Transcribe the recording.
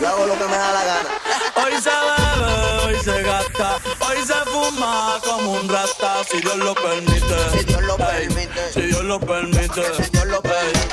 Yo hago lo que me da la gana. Hoy se bebe, hoy se gasta, hoy se fuma como un rasta, si Dios lo permite. Si Dios lo Ey, permite. Si Dios lo permite. Si Dios lo Ey, permite.